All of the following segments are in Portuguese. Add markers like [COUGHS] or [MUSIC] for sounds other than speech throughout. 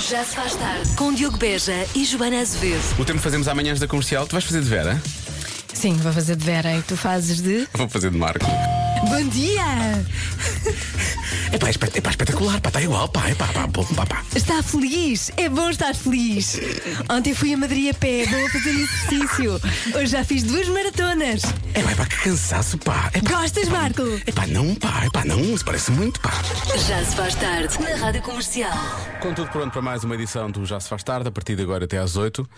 Já se faz tarde com Diogo Beja e Joana Azevedo. O tempo que fazemos amanhãs da comercial, tu vais fazer de Vera? Sim, vou fazer de Vera e tu fazes de. Vou fazer de Marco. Bom dia! É pá, é pá espetacular, pá, está igual, pá, é pá, pá, pá, pá. Está feliz? É bom estar feliz! Ontem fui a Madrid a pé, vou fazer exercício. Hoje já fiz duas maratonas. É pá, é pá, que cansaço, pá. É pá, Gostas, Marco? é pá, não, pá, é pá, não, isso parece muito, pá. Já se faz tarde na Rádio Comercial. Com tudo pronto para mais uma edição do Já se faz tarde, a partir de agora até às 8.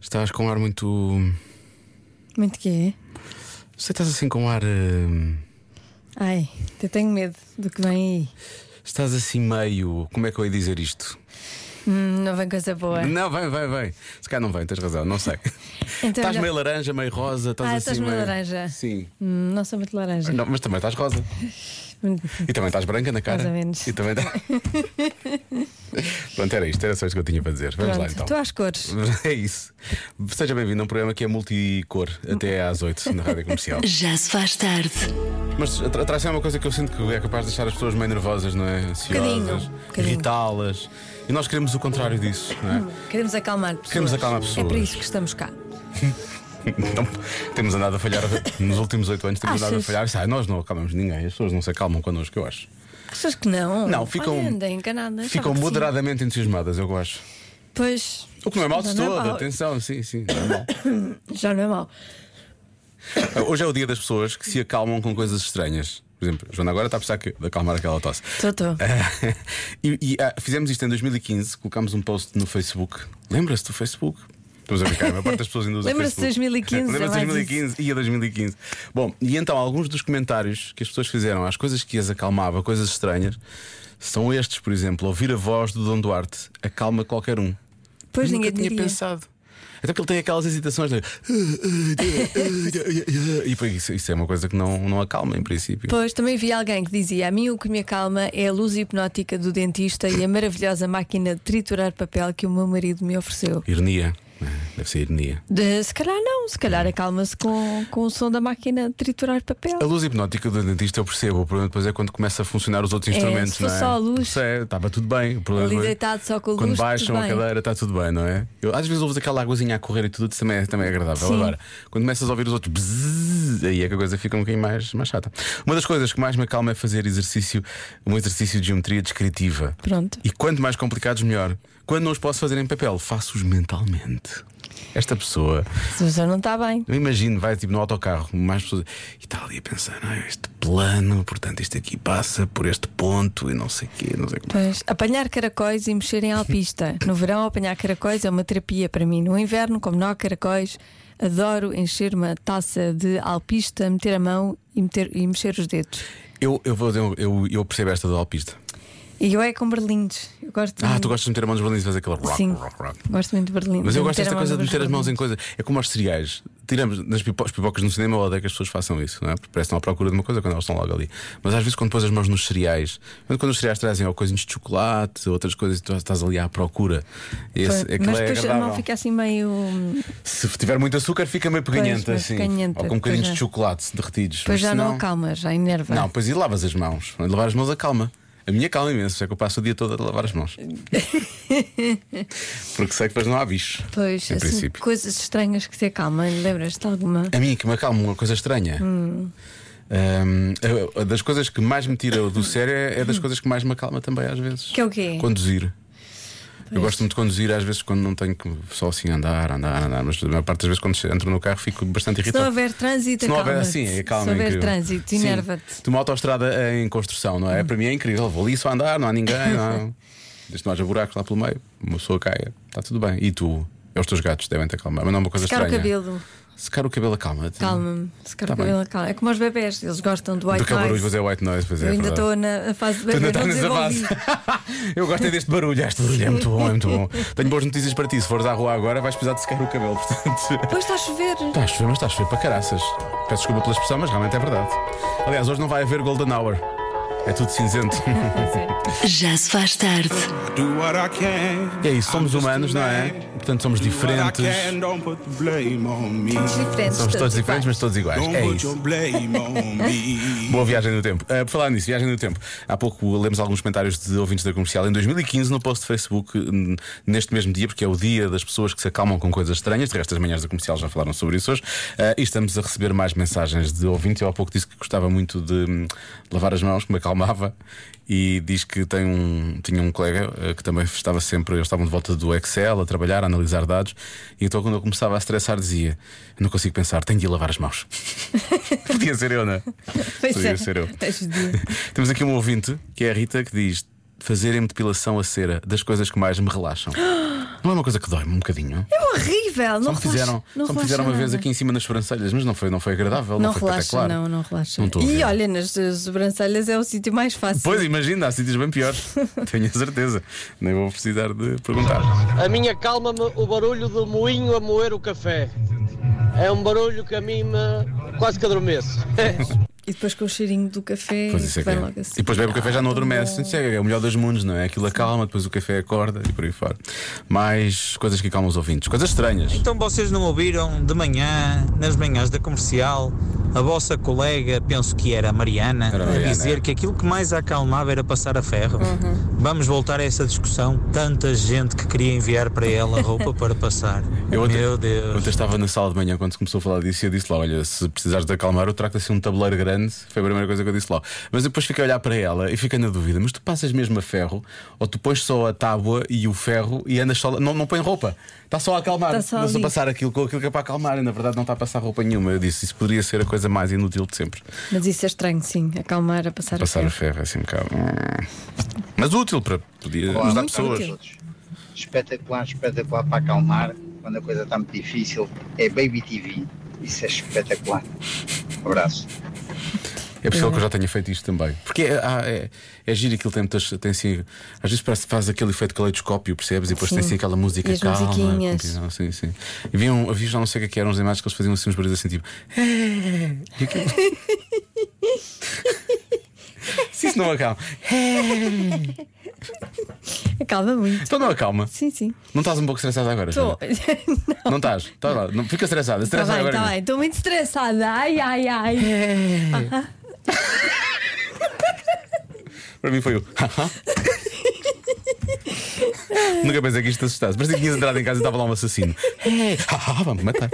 Estás com um ar muito. Não Muito que é? sei, estás assim com um ar. eh, Ai, eu tenho medo do que vem Estás assim meio. Como é que eu ia dizer isto? aí. Hum, não vem coisa boa. Não, vem, vem, vem. Se calhar não vem, tens razão, não sei. Então, estás já- meio laranja, meio rosa, estás Ah, assim. estás meio laranja. Sim. Hum, não sou muito laranja. Não, mas também estás rosa. então. E também estás branca na cara. Mais ou menos. E também [LAUGHS] tá- Pronto, era isto, era só isto que eu tinha para dizer. Vamos lá Pronto, então. tu às cores. [LAUGHS] É isso. Seja bem-vindo a um programa que é multicor até às 8 na rádio [LAUGHS] comercial. Já se faz tarde. Mas a tra- traição é uma coisa que eu sinto que é capaz de deixar as pessoas meio nervosas, não é? bocadinho, Ansiosas, um bocadinho. Hum. irritá-las. E nós queremos o contrário disso, não é? Queremos acalmar pessoas. Queremos acalmar pessoas. É para isso que estamos cá. Então, temos andado a falhar [LAUGHS] nos últimos 8 anos, temos andado a Achas? falhar. Sai, nós não acalmamos ninguém, as pessoas não se acalmam connosco, eu acho. Achas que não? Não, ficam, Olha, andei enganada. ficam Estava que sim. moderadamente entusiasmadas, eu acho. Pois. O que não é mal de Não é todo, mau. atenção, sim, sim. não é mau. Já não é mau. [COUGHS] Hoje é o dia das pessoas que se acalmam com coisas estranhas. Por exemplo, Joana agora está a precisar que- de acalmar aquela tosse. [LAUGHS] Tô, tô. Ah, e e, ah, fizemos isto em 2015, colocámos um post no Facebook. Lembra-se do Facebook? Estamos a brincar, a maior parte das pessoas ainda usa Lembra-se de Facebook. 2015, Lembra-se de é mais 2015 e a 2015. Bom, e então alguns dos comentários que as pessoas fizeram às coisas que as acalmava, coisas estranhas, são estes, por exemplo, ouvir a voz do Dom Duarte acalma qualquer um. Pois Nunca ninguém tinha diria. pensado. Até porque ele tem aquelas hesitações de... E pois, isso, isso é uma coisa que não, não acalma, em princípio. Pois também vi alguém que dizia: A mim o que me acalma é a luz hipnótica do dentista e a maravilhosa máquina de triturar papel que o meu marido me ofereceu. Ironia. É, Deve ser ironia. De- se calhar não, se calhar acalma-se com, com o som da máquina de triturar papel. A luz hipnótica do dentista eu percebo. O problema depois é quando começa a funcionar os outros É, instrumentos, se fosse não é? só a luz. Isso é, estava tudo bem. O problema Ali depois- deitado só com a Quando luz, baixam tudo a bem. cadeira, está tudo bem, não é? Eu, às vezes ouves aquela águazinha a correr e tudo, isso também, é- também é agradável. Sim. Agora, quando começas a ouvir os outros, bzzz, aí é que a coisa fica um bocadinho mais, mais chata. Uma das coisas que mais me acalma é fazer exercício, um exercício de geometria descritiva. Pronto. E quanto mais complicados, melhor. Quando não os posso fazer em papel, faço-os mentalmente. Esta pessoa, Se a pessoa não está bem. eu imagino, vai tipo no autocarro, mais pessoas, e está ali a pensar, ah, este plano, portanto, isto aqui passa por este ponto e não sei o quê, não sei como. Pois, apanhar caracóis e mexer em alpista. No verão, apanhar caracóis é uma terapia para mim. No inverno, como não há caracóis, adoro encher uma taça de alpista, meter a mão e, meter, e mexer os dedos. Eu, eu, vou, dizer, um, eu, eu percebo esta do alpista. E eu é com berlindes. Eu gosto Ah, muito. tu gostas de meter a mão nos berlindes e fazer aquele rock, Uhum. Sim. rock, rock. Gosto muito de berlindes. Mas eu de gosto meter a desta mão coisa de nos meter as mãos em berlindes. coisas. É como aos cereais. Tiramos nas pipo- as pipocas no cinema, eu odeio que as pessoas façam isso, não é? Porque parece que estão à procura de uma coisa quando elas estão logo ali. Mas às vezes, quando pões as mãos nos cereais, quando quando os cereais trazem ou coisinhas de chocolate, ou outras coisas, tu estás ali à procura. Esse, Pois, aquilo Mas é depois a agradável. mão fica assim meio. Se tiver muito açúcar, fica meio peganhenta, meio assim. peganhenta, ou com um pois bocadinhos é. de chocolate derretidos. Mas Depois já não senão- acalma, já enerva. Não, pois e lavas as mãos. Lavar as mãos acalma. A minha calma imenso, é que eu passo o dia todo a lavar as [LAUGHS] mãos. Porque sei que depois não há bicho. Pois, em assim, princípio. coisas estranhas que se acalmam. Lembras-te de alguma? A mim que me acalma uma coisa estranha. Hum. Ahm, a- a das coisas que mais me tira do sério é, é das coisas que mais me acalma também, às vezes. Que é o quê? Conduzir. Eu gosto muito de conduzir, às vezes, quando não tenho que só assim andar, andar, andar. Mas a maior parte das vezes, quando entro no carro, fico bastante Se não irritado. houver trânsito, Se não houver acalma-te. assim, é Se calma. é houver incrível. trânsito, Sim. enerva-te. Hum. De uma autostrada em construção, não é? Para mim é incrível. Vou ali só andar, não há ninguém, não há- [LAUGHS] Desde que não haja buracos lá pelo meio, uma pessoa caia, está tudo bem. E tu? É os teus gatos, devem te acalmar. Mas não é uma coisa Secar o estranha. cabelo, Secar o cabelo acalma-te. calma-me. Secar Tá o cabelo, calma. É como os bebés, eles gostam do white Do que é barulho noise. fazer white noise, pois é. Eu ainda é verdade. estou na fase de Tu bebê, ainda não estás desenvolvi. nessa fase. [LAUGHS] Eu gosto é deste barulho, este barulho é muito bom, é muito [LAUGHS] bom. Tenho boas notícias para ti. Se fores à rua agora, vais precisar de secar o cabelo, portanto. Depois está a chover. Está a chover, Tá, mas está a chover para caraças. Peço desculpa pela expressão, mas realmente é verdade. Aliás, hoje não vai haver Golden Hour. É tudo cinzento. Já se faz tarde. Do what I can. E é isso, somos humanos, não é? Portanto, somos diferentes. Somos Diferentes. Somos todos todos diferentes, mas iguais. todos iguais. É isso. Boa viagem no tempo. Ah, por falar nisso, viagem no tempo. Há pouco lemos alguns comentários de ouvintes da comercial. Em 2015, no post do Facebook, n- neste mesmo dia, porque é o dia das pessoas que se acalmam com coisas estranhas, de resto, as manhãs da comercial já falaram sobre isso hoje. Ah, e estamos a receber mais mensagens de ouvintes. Eu há pouco disse que gostava muito de hum, lavar as mãos, que me acalmava. E diz que tem um, tinha um colega ah, que também estava sempre, eles estavam de volta do Excel a trabalhar, a analisar dados. E então, quando eu começava a estressar, dizia: Não consigo pensar, tenho de ir lavar as mãos. [LAUGHS] Podia ser eu, não é? Pois Podia é. ser eu. Tens de- [LAUGHS] Temos aqui um ouvinte, que é a Rita, que diz: Fazerem-me depilação a cera das coisas que mais me [GASPS] relaxam. Não é uma coisa que dói-me um bocadinho. É horrível. Não só me fizeram, relaxa, não só me relaxa fizeram uma vez nada. aqui em cima nas sobrancelhas, mas não foi, não foi agradável. Não, foi relaxa, espetacular. não, não relaxa. Não estou a e ver. olha, nas eh, sobrancelhas é o sítio mais fácil. Pois imagina, há sítios bem [LAUGHS] piores. Tenho a certeza. Nem vou precisar de perguntar. A minha calma me o barulho do moinho a moer o café. É um barulho que a mim me quase [LAUGHS] que adormeço. E depois com o cheirinho do café, Pois isso é que vem é. logo assim. E depois bebe o café já não Ah, tão adormece. bom. Isso é, é o melhor dos mundos, não é? Aquilo acalma, depois o café acorda e por aí fora. Mais coisas que acalmam os ouvintes, coisas estranhas. Então vocês não ouviram de manhã, nas manhãs da comercial, a vossa colega, penso que era a Mariana, Era a a Mariana, dizer é. que aquilo que mais a acalmava era passar a ferro. Vamos voltar a essa discussão. Tanta gente que queria enviar para ela roupa para passar. [LAUGHS] Eu ontem, Meu eu Deus. ontem estava na sala de manhã quando se começou a falar disso e eu disse lá: Olha, se precisares de acalmar, eu trago-te assim um tabuleiro grande. Foi a primeira coisa que eu disse lá. Mas depois fiquei a olhar para ela e fiquei na dúvida: Mas tu passas mesmo a ferro ou tu pões só a tábua e o ferro e andas só. Não, não põe roupa, está só a acalmar. Está só Andas a ali. passar aquilo com aquilo que é para acalmar e na verdade não está a passar roupa nenhuma. Eu disse: Isso poderia ser a coisa mais inútil de sempre. Mas isso é estranho, sim. Acalmar, a passar, Passar a a ferro. ferro é assim um bocado. "Hum." Mas útil para podia ajudar Muito pessoas. útil. Espetacular, espetacular para acalmar quando a coisa está muito difícil. É Baby TV. Isso é espetacular. Um Abraço. É possível Uhum. que eu já tenha feito isto também. Porque é, há- é, é giro aquilo, tem, muitas- tem assim. Às vezes parece que faz aquele efeito caleidoscópio, percebes? E depois Sim. tem assim aquela música E as calma. musiquinhas. com- Sim, sim. E havia, um- havia já não sei o que é que eram as imagens que eles faziam assim uns barulhos assim tipo. E aquilo- [LAUGHS] Se isso não acalma. É, Acalma muito. Então não acalma. Sim, sim. Não estás um pouco estressada agora, Estou. [LAUGHS] Joana? Não estás? Estás lá. Não, fica estressada. Está Estressada Tá bem, agora. É. está mesmo. bem. Estou muito estressada. Ai, ai, ai. Para mim foi [LAUGHS] o. Nunca pensei que isto te assustasse. Parecia que tinhas entrado em casa e estava lá um assassino. Vamos matar.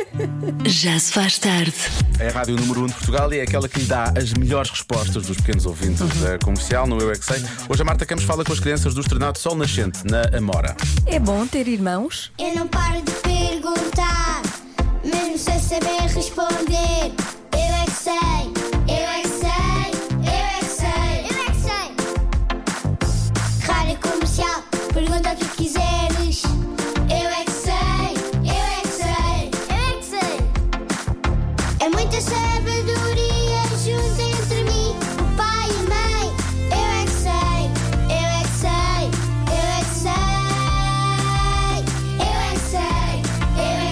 Já se faz tarde. É a rádio número 1 um de Portugal e é aquela que lhe dá as melhores respostas dos pequenos ouvintes da comercial no Eu é que Sei. Hoje a Marta Campos fala com as crianças do Estrenado Sol Nascente, na Amora. É bom ter irmãos? Eu não paro de perguntar, mesmo sem saber responder. Eu é que sei, eu é que sei, eu é que sei, eu é que sei. Rádio comercial, pergunta o que quiseres. Eu é que sei, eu é que sei, eu é que sei. É muita sabedoria junta entre mim, o pai e a mãe. Eu é que sei, eu é que sei, eu é que sei. Eu é que sei, eu é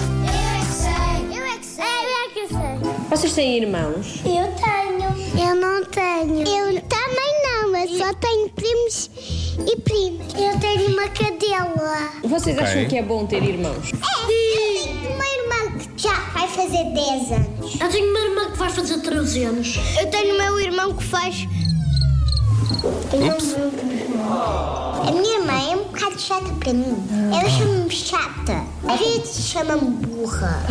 que sei, eu é que sei, eu é que sei. Eu é que sei. Vocês têm irmãos? Eu tenho. Eu não tenho. Eu também não, mas só tenho primos e primas. Eu tenho uma cadela. Vocês Ok. acham que é bom ter irmãos? É, eu tenho uma irmã que já vai fazer 10 anos. Eu tenho uma irmã que vai fazer 13 anos. Eu tenho meu irmão que faz. Ups. A minha mãe é um bocado chata para mim. Ela chama-me chata. Às vezes chama-me burra.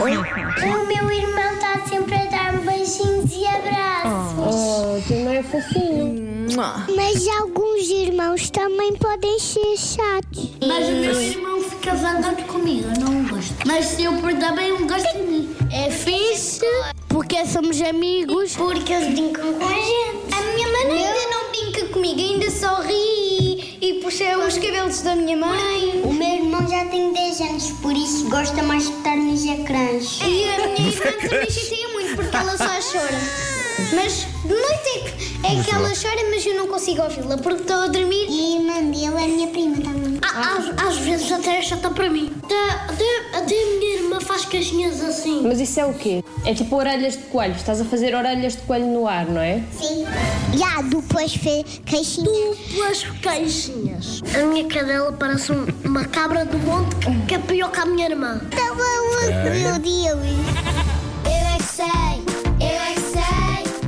O meu irmão está sempre a dar beijinhos e abraços. Oh, também é fofinho. Mas alguns irmãos também podem ser chatos. Mas o meu irmão fica zangado comigo, eu não gosto. Mas se eu perder bem, eu gosto de mim. É fixe porque somos amigos. Porque eles brincam com a gente. A minha mãe ainda não brinca comigo, ainda só ri e puxa os cabelos da minha mãe. O meu irmão já tem 10 anos, por isso gosta mais de estar nos ecrãs. E a minha irmã também chateia muito porque ela só chora. Mas de noite é que, é que ela chora, mas eu não consigo ouvi-la porque estou a dormir. E a irmã dele é minha prima também. Às, às vezes até é chata para mim. Até, até, até a minha irmã faz faz caixinhas assim? Mas isso é o quê? É tipo orelhas de coelho. Estás a fazer orelhas de coelho no ar, não é? Sim. E há duplas fe- caixinhas. Duplas caixinhas. A minha cadela parece um- uma cabra do monte que, que é pior que a minha irmã. Estava muito dia. Eu é que sei. Eu é que sei.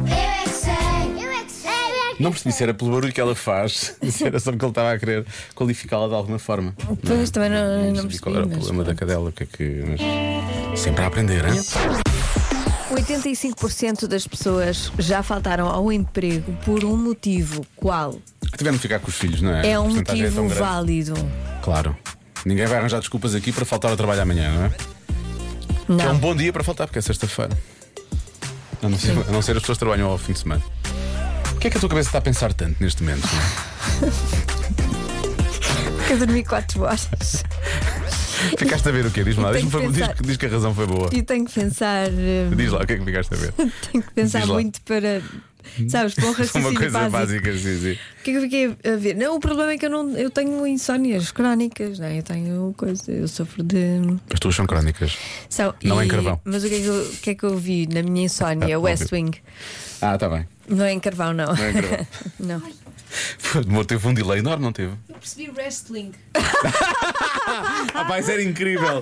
Eu é que sei. Eu é que sei. Eu é que Não percebi se era pelo barulho que ela faz, [LAUGHS] se era só porque ele estava a querer qualificá-la de alguma forma. Pois também não, não, percebi qual era o percebi, mas problema da cadela, o que é que. mas Sempre a aprender, hein? 85% das pessoas já faltaram ao emprego por um motivo. Qual? Tiveram que ficar com os filhos, não é? É A um porcentagem é motivo tão grande. válido. Claro. Ninguém vai arranjar desculpas aqui para faltar ao trabalho amanhã, não é? Que é um Não. bom dia para faltar, porque é sexta-feira. A não, ser, a não ser as pessoas que trabalham ao fim de semana. O que é que a tua cabeça está a pensar tanto neste momento? não é? Eu dormi 4 horas [LAUGHS] é? Ficaste a ver o quê? Diz-me lá, Eu tenho diz-me foi- que diz, pensar. diz que a razão foi boa. e tenho que pensar. eh, Diz lá o que é que ficaste a ver. Tenho que pensar Diz lá. muito para. Sabes, para [LAUGHS] um Foi [LAUGHS] uma raciocínio coisa básico. básica, sim, sim. O que é que eu fiquei a ver? Não, o problema é que eu, não, eu tenho insónias crónicas, não é? Eu tenho coisa, eu sofro de. As tuas são crónicas. São, Não é e- em Carvão. Mas o que é que eu, o que é que eu vi na minha insónia? Ah, West ok. Wing. Ah, está bem. Não é em Carvão, não. Não é em Carvão. [LAUGHS] não. Demorou, teve um delay enorme, não teve? Eu percebi [LAUGHS] wrestling. Rapaz, Ah, era incrível.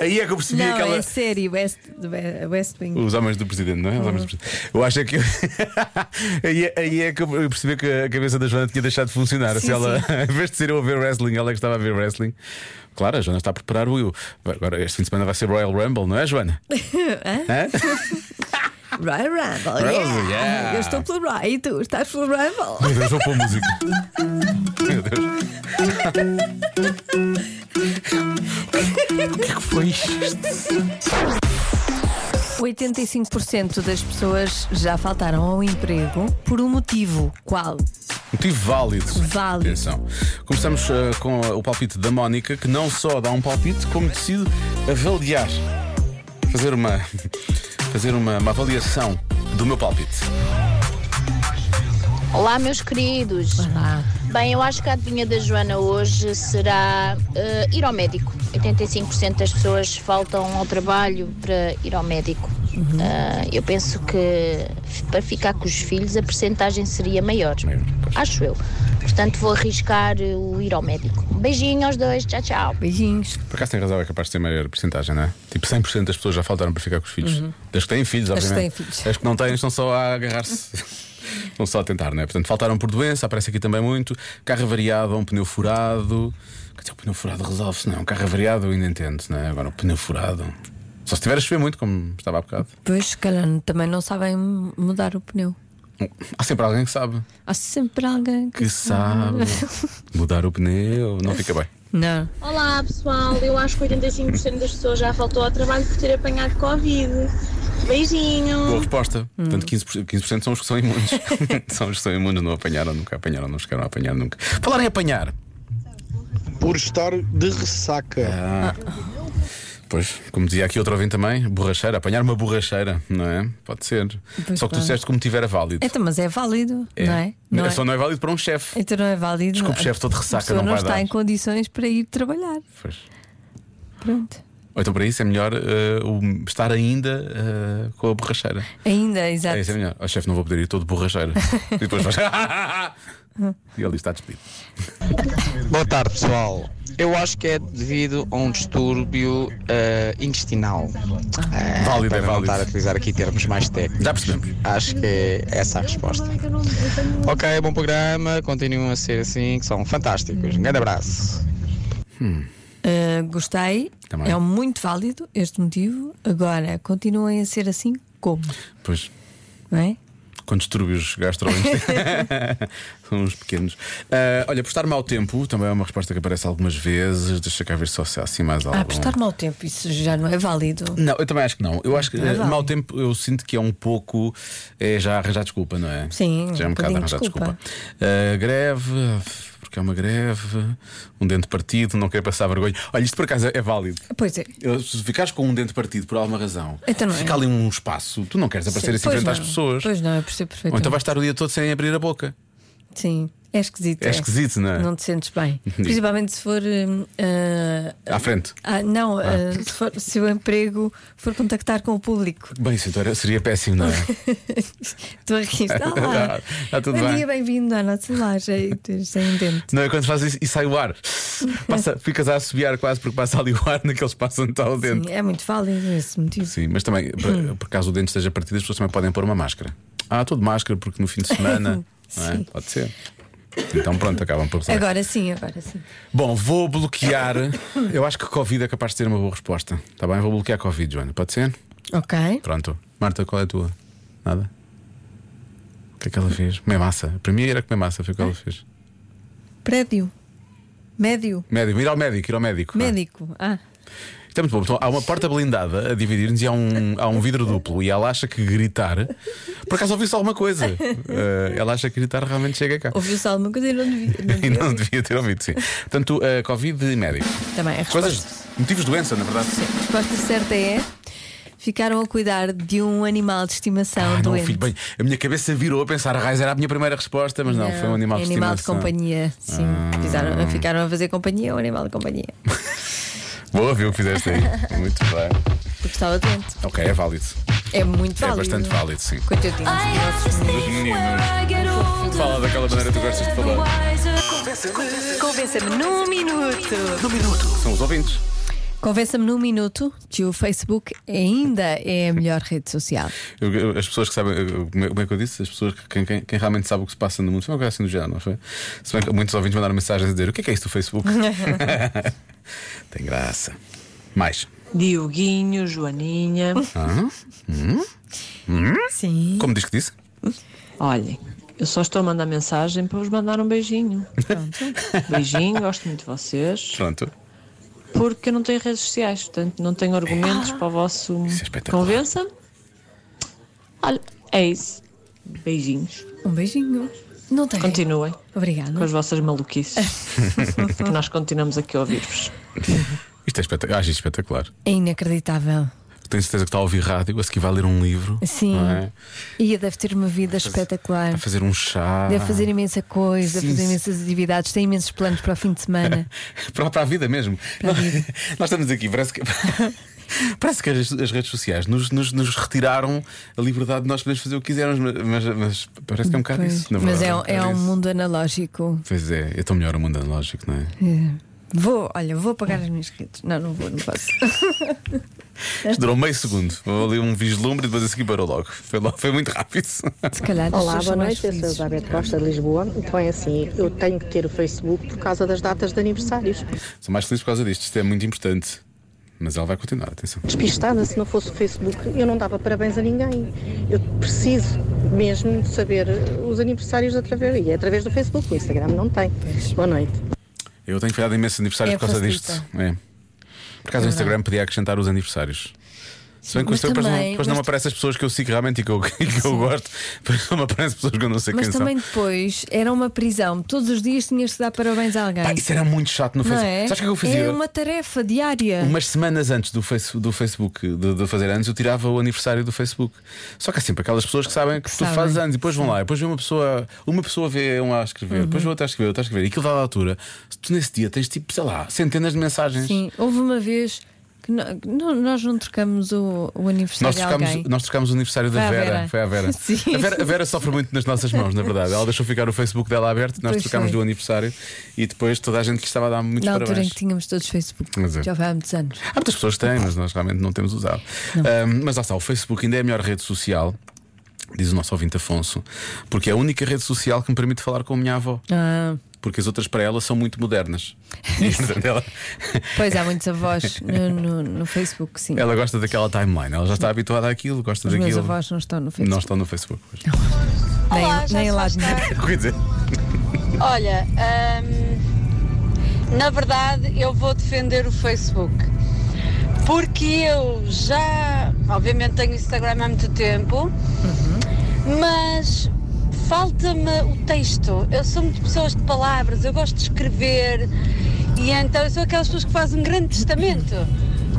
Aí é que eu percebi Não, aquela. é série, West, do Be- West Wing. Os homens do presidente, não é? Os homens do presidente. Eu acho é que. [LAUGHS] aí, é- aí é que eu percebi que a cabeça da Joana tinha deixado de funcionar. Sim, Se ela, [LAUGHS] em vez de ser eu a ver wrestling, ela é que estava a ver wrestling. Claro, a Joana está a preparar o Will. Agora, este fim de semana vai ser Royal Rumble, não é, [LAUGHS] Joana? Hã? Royal Rumble. Royal yeah. Rumble, yeah. Eu estou pelo Royal e tu estás pelo Rumble. [LAUGHS] Meu Deus, vou pôr música. Meu Deus. O que é que foi isto? 85% das pessoas já faltaram ao emprego por um motivo. Qual? Um Motivo válido. Válido. Atenção. Começamos eh, com o palpite da Mónica, que não só dá um palpite, como decide avaliar. Fazer uma. [LAUGHS] Fazer uma, uma avaliação do meu palpite. Olá, meus queridos. Ah, Bem, eu acho que a adivinha da Joana hoje será eh, ir ao médico. 85% das pessoas faltam ao trabalho para ir ao médico. Ah, eu penso que f- para ficar com os filhos a percentagem seria maior. Acho eu. Portanto, vou arriscar o ir ao médico. Beijinho aos dois. Tchau, tchau. beijinhos. Por acaso tem razão, é capaz de ter maior porcentagem, não é? Tipo 100% das pessoas já faltaram para ficar com os filhos. Das que têm filhos, Uhum. As que obviamente. têm filhos. As que não têm estão só a [LAUGHS] agarrar-se. Estão só a tentar, não é? Portanto, faltaram por doença, aparece aqui também muito. Carro avariado, um pneu furado. Quer dizer, o pneu furado resolve-se, não. Um carro avariado eu ainda entendo, não é? Agora, o pneu furado. Só se tiver a chover muito, como estava há bocado. Pois, se calhar também não sabem mudar o pneu. Hum, Há sempre alguém que sabe. Há sempre alguém que. Que [LAUGHS] sabe. Mudar o pneu não fica bem. Não. Olá pessoal, eu acho que 85% das pessoas já faltou ao trabalho por ter apanhado Covid. Boa Beijinho! resposta. Hum. Portanto, 15%, 15% são os que são imunes. [LAUGHS] são os que são imunes, não apanharam nunca, apanharam, não chegaram a apanhar nunca. Falarem em apanhar. Por estar de ressaca. Ah. Pois, como dizia aqui outro ouvinte também, borracheira, apanhar uma borracheira, não é? Pode ser. Pois Só que tu claro. disseste como tiver é válido. Então, mas é válido, não é? Não é? Só não é válido para um chefe. Então não é válido. Desculpe, não- chefe, estou de A ressaca, pessoa não não vai está dar. em condições para ir trabalhar. Pois. Pronto. Ou então para isso é melhor eh, o- estar ainda eh, com a borracheira. Ainda, É isso exato. é melhor. O chefe não vou poder ir todo [LAUGHS] borracheiro. e depois faz. [LAUGHS] e ali está despedido. Boa tarde, pessoal. Eu acho que é devido a um distúrbio eh, intestinal. Eh, Válido, para é não válido. estar a utilizar aqui termos mais técnicos. Já percebemos. Acho que é essa a resposta. Ok, bom programa. Continuam a ser assim, que são fantásticos. Um grande abraço. Ah, gostei. Também. É um muito válido este motivo. Agora, continuem a ser assim como? Pois. Não é? Com distúrbios gastrointestinais. São uns pequenos. Ah, olha, por estar mau tempo também é uma resposta que aparece algumas vezes. Deixa cá ver só se há assim mais algum. Ah, apostar mau tempo, isso já não é válido. Não, eu também acho que não. Eu acho que Não é eh, válido. mau tempo eu sinto que é um pouco. É já arranjar desculpa, não é? Sim, Já é um um bocado bocadinho arranjar desculpa. desculpa. Ah, greve, porque é uma greve, um dente partido, não quer passar vergonha. Olha, isto por acaso é válido. Pois é. Eu- Se ficares com um dente partido por alguma razão, Então não é. fica ali um espaço, tu não queres aparecer Sim, assim pois frente às não. pessoas. Pois não, eu percebo Ou então perfeitamente. vais estar o dia todo sem abrir a boca. Sim. É esquisito. É esquisito, não é? Não te [LAUGHS] sentes bem. Principalmente se for. hum, ah, À frente. ah, não, Ah. ah, se, for- se o emprego for contactar com o público. Bem, isso então era- seria péssimo, [LAUGHS] não é? Estou a rir, está lá. Está tudo Bom bem. dia, bem-vindo à nossa loja. E tu Sem dente. Não é quando fazes isso e sai o ar. Passa, ficas a assobiar quase porque passa ali o ar naquele espaço onde está o dente. É muito válido esse motivo. Sim, mas também, por, Hum. por caso o dente esteja partido, as pessoas também podem pôr uma máscara. Ah, estou de máscara porque no fim de [LAUGHS] semana. não é? Sim. Pode ser. Então pronto, acabam por usar. Agora sim, agora sim. Bom, vou bloquear. Eu acho que Covid é capaz de ter uma boa resposta. Está bem? Vou bloquear Covid, Joana. Pode ser? Ok. Pronto. Marta, qual é a tua? Nada? O que é que ela fez? Comer massa. Para mim era comer massa, foi o que Ah. ela fez. Prédio. Médio. Médico, ir ao médico, ir ao médico. Médico. Ah. Está muito bom. Então, há uma porta blindada a dividir-nos e há um, há um vidro duplo. E ela acha que gritar. Por acaso ouviu-se alguma coisa? Eh, ela acha que gritar realmente chega cá. Ouviu-se alguma coisa e não devia. [LAUGHS] E não devia não ouvir. devia ter ouvido, sim. Portanto, eh, Covid e médico. Também é resposta. Coisas, motivos de doença, na verdade. A resposta certa é. Ficaram a cuidar de um animal de estimação Ah, não, doente. filho, bem, a minha cabeça virou a pensar, a raiz era a minha primeira resposta, mas não, Não, é foi um animal de animal de estimação. companhia, sim. Ah. Fizeram- ficaram a fazer companhia ao animal [LAUGHS] de companhia. Boa, viu o que fizeste aí. Muito bem. Porque estava doente. Ok, é válido. É muito É válido. bastante válido, sim. Coitadinhos dos nossos Dos meninos. Fala daquela maneira que tu gostas de falar. meninos. Convença-me num minuto. Num minuto. São os ouvintes. Convença-me num minuto que o Facebook ainda é a melhor rede social. Eu- eu- As pessoas que sabem, eu- como é como é que eu disse? As pessoas que quem, quem- quem realmente sabe o que se passa no mundo, foi uma coisa assim do género, não foi? Se bem que muitos ouvintes mandaram mensagens a dizer o que é que é isto do [LAUGHS] Facebook? Tem graça. Mais. Dioguinho, Joaninha. Ah? Hum? Hum? Sim. Como diz que disse? Olhem, eu só estou a mandar mensagem para vos mandar um beijinho. Beijinho, gosto muito de vocês. Pronto. Porque eu não tenho redes sociais, portanto não tenho argumentos Ah. para o vosso. é Convença-me? Olha, é isso. Beijinhos. Um beijinho. Não tem. Continuem. Obrigada. Com as vossas [LAUGHS] maluquices. que nós continuamos aqui a ouvir-vos. Isto é espetacular. Acho isto espetacular. É inacreditável. Tenho certeza que está a ouvir rádio, a seguir vai ler um livro. Sim. não é? E deve ter uma vida espetacular. A fazer um chá. Deve fazer imensa coisa, Sim, fazer sim. imensas atividades, tem imensos planos para o fim de semana. Para, para a vida mesmo. [LAUGHS] Nós estamos aqui, parece que. [LAUGHS] Parece que as, as redes sociais nos, nos- nos retiraram a liberdade de nós podermos fazer o que quisermos, mas, mas parece que é um bocado Pois. isso, [LAUGHS] na Mas verdade. é, um um- é bocado um isso. mundo analógico. Pois é, eu estou melhor o mundo analógico, não é? É. Vou, olha, vou apagar as minhas redes. Não, não vou, não posso. Isto durou meio segundo. Houve ali um vislumbre e depois a seguir parou logo. Foi, logo- foi muito rápido. [LAUGHS] Olá, boa noite. Eu sou a Elizabeth Costa de Lisboa. Então é assim, eu tenho que ter o Facebook por causa das datas de aniversários. Sou mais feliz por causa disto. Isto é muito importante. Mas ela vai continuar, atenção. Despistada, se não fosse o Facebook, eu não dava parabéns a ninguém. Eu preciso mesmo de saber os aniversários através, e é através do Facebook, o Instagram não tem. Boa noite. Eu tenho falhado imenso aniversários É, por causa facilita. disto. É. Por acaso o Instagram podia acrescentar os aniversários. Se bem que o mas Instagram depois não, também- depois não mas- me aparecem as pessoas que eu sigo realmente e que eu, [LAUGHS] que eu gosto, depois não me aparecem pessoas que eu não sei Mas quem também são. depois era uma prisão. Todos os dias tinhas de dar parabéns a alguém. Pá, isso era muito chato no é. não Facebook. é? Sabes o que é que eu fazia? É uma tarefa diária. Umas semanas antes do, face, do Facebook de, de fazer anos, eu tirava o aniversário do Facebook. Só que há sempre aquelas pessoas que sabem que, tu sabem. fazes anos e depois vão lá, e depois vê uma pessoa, uma pessoa vê um a escrever, depois Uhum. outra a escrever, outra a escrever, e aquilo dá a altura, tu nesse dia tens tipo, sei lá, centenas de mensagens. Sim, houve uma vez que no- que no- nós não trocamos o, o aniversário Nós de trocámos, alguém. nós trocámos o aniversário Foi da à Vera. Vera. Foi à Vera. [LAUGHS] Sim. A Vera. a Vera sofre muito nas nossas mãos, na verdade. Ela deixou ficar o Facebook dela aberto, nós Pois trocámos foi. do aniversário e depois toda a gente lhe estava a dar muitos Na altura em parabéns. que tínhamos todos Facebook. Mas é. Já foi há muitos anos. Há muitas pessoas que têm, mas nós realmente não temos usado. Ahm, mas lá está, o Facebook ainda é a melhor rede social. Diz o nosso ouvinte Afonso, porque é a única rede social que me permite falar com a minha avó, Ah, porque as outras para ela são muito [LAUGHS] modernas. E, portanto, ela, pois há muitos avós no, no- no Facebook, sim. [LAUGHS] ela gosta daquela timeline, ela já está habituada àquilo, gosta Os meus daquilo. avós não estão no Facebook. Não estão no Facebook. pois. Nem, Olá, já nem se lá faz de [LAUGHS] nenhum. Quer dizer, Olha, hum, na verdade eu vou defender o Facebook. Porque eu já, obviamente tenho Instagram há muito tempo, mas falta-me o texto. Eu sou muito pessoas de palavras, eu gosto de escrever e então eu sou aquelas pessoas que fazem um grande testamento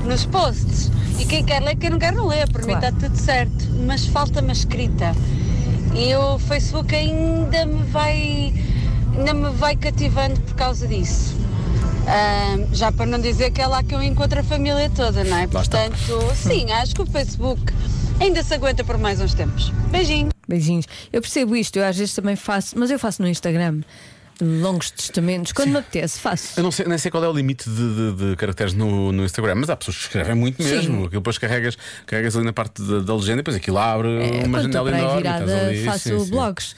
nos posts. E quem quer ler, quem não quer não lê, por mim está tudo certo. Mas falta-me a escrita. E o Facebook ainda me vai não me vai cativando por causa disso. Ah, já para não dizer que é lá que eu encontro a família toda, não é? Portanto, Hum. sim, acho que o Facebook ainda se aguenta por mais uns tempos. Beijinho. Beijinhos. Eu percebo isto, eu às vezes também faço, mas eu faço no Instagram longos testamentos. Quando me apetece, faço. Eu não sei, nem sei qual é o limite de, de- de caracteres no, no Instagram, mas há pessoas que escrevem muito Sim. mesmo. Aquilo depois carregas, carregas ali na parte da, da legenda e depois aquilo abre É, uma quando estou janela para aí enorme. estás virada, ali, faço sim, sim. blogs.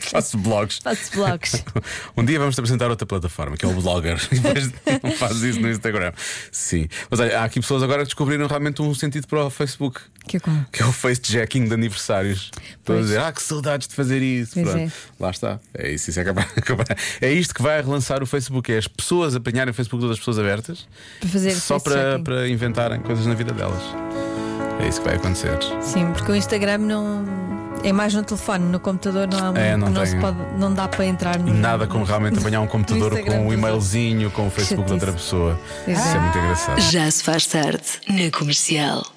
Faço blogs. Faço blogs. [LAUGHS] Um dia vamos te apresentar outra plataforma, que é o Blogger. [LAUGHS] E depois não fazes isso no Instagram. Sim. Mas olha, há aqui pessoas agora que descobriram realmente um sentido para o Facebook. Que é qual? Que é o face-jacking de aniversários. Estou a dizer, ah, que saudades de fazer isso. Pois Pronto. é. Lá está. É isso, isso é capaz, capaz- É isto que vai relançar o Facebook: é as pessoas apanharem o Facebook todas as pessoas abertas Para fazer só para, face-checking. para inventarem coisas na vida delas. É isso que vai acontecer. Sim, porque o Instagram não. É mais no telefone, no computador não há É, não se tenho. pode, não dá para entrar E no. nada como realmente apanhar [LAUGHS] um computador Instagram com um dos e-mailzinho, com o Facebook de outra pessoa. Isso é muito é engraçado. Já se faz tarde na comercial.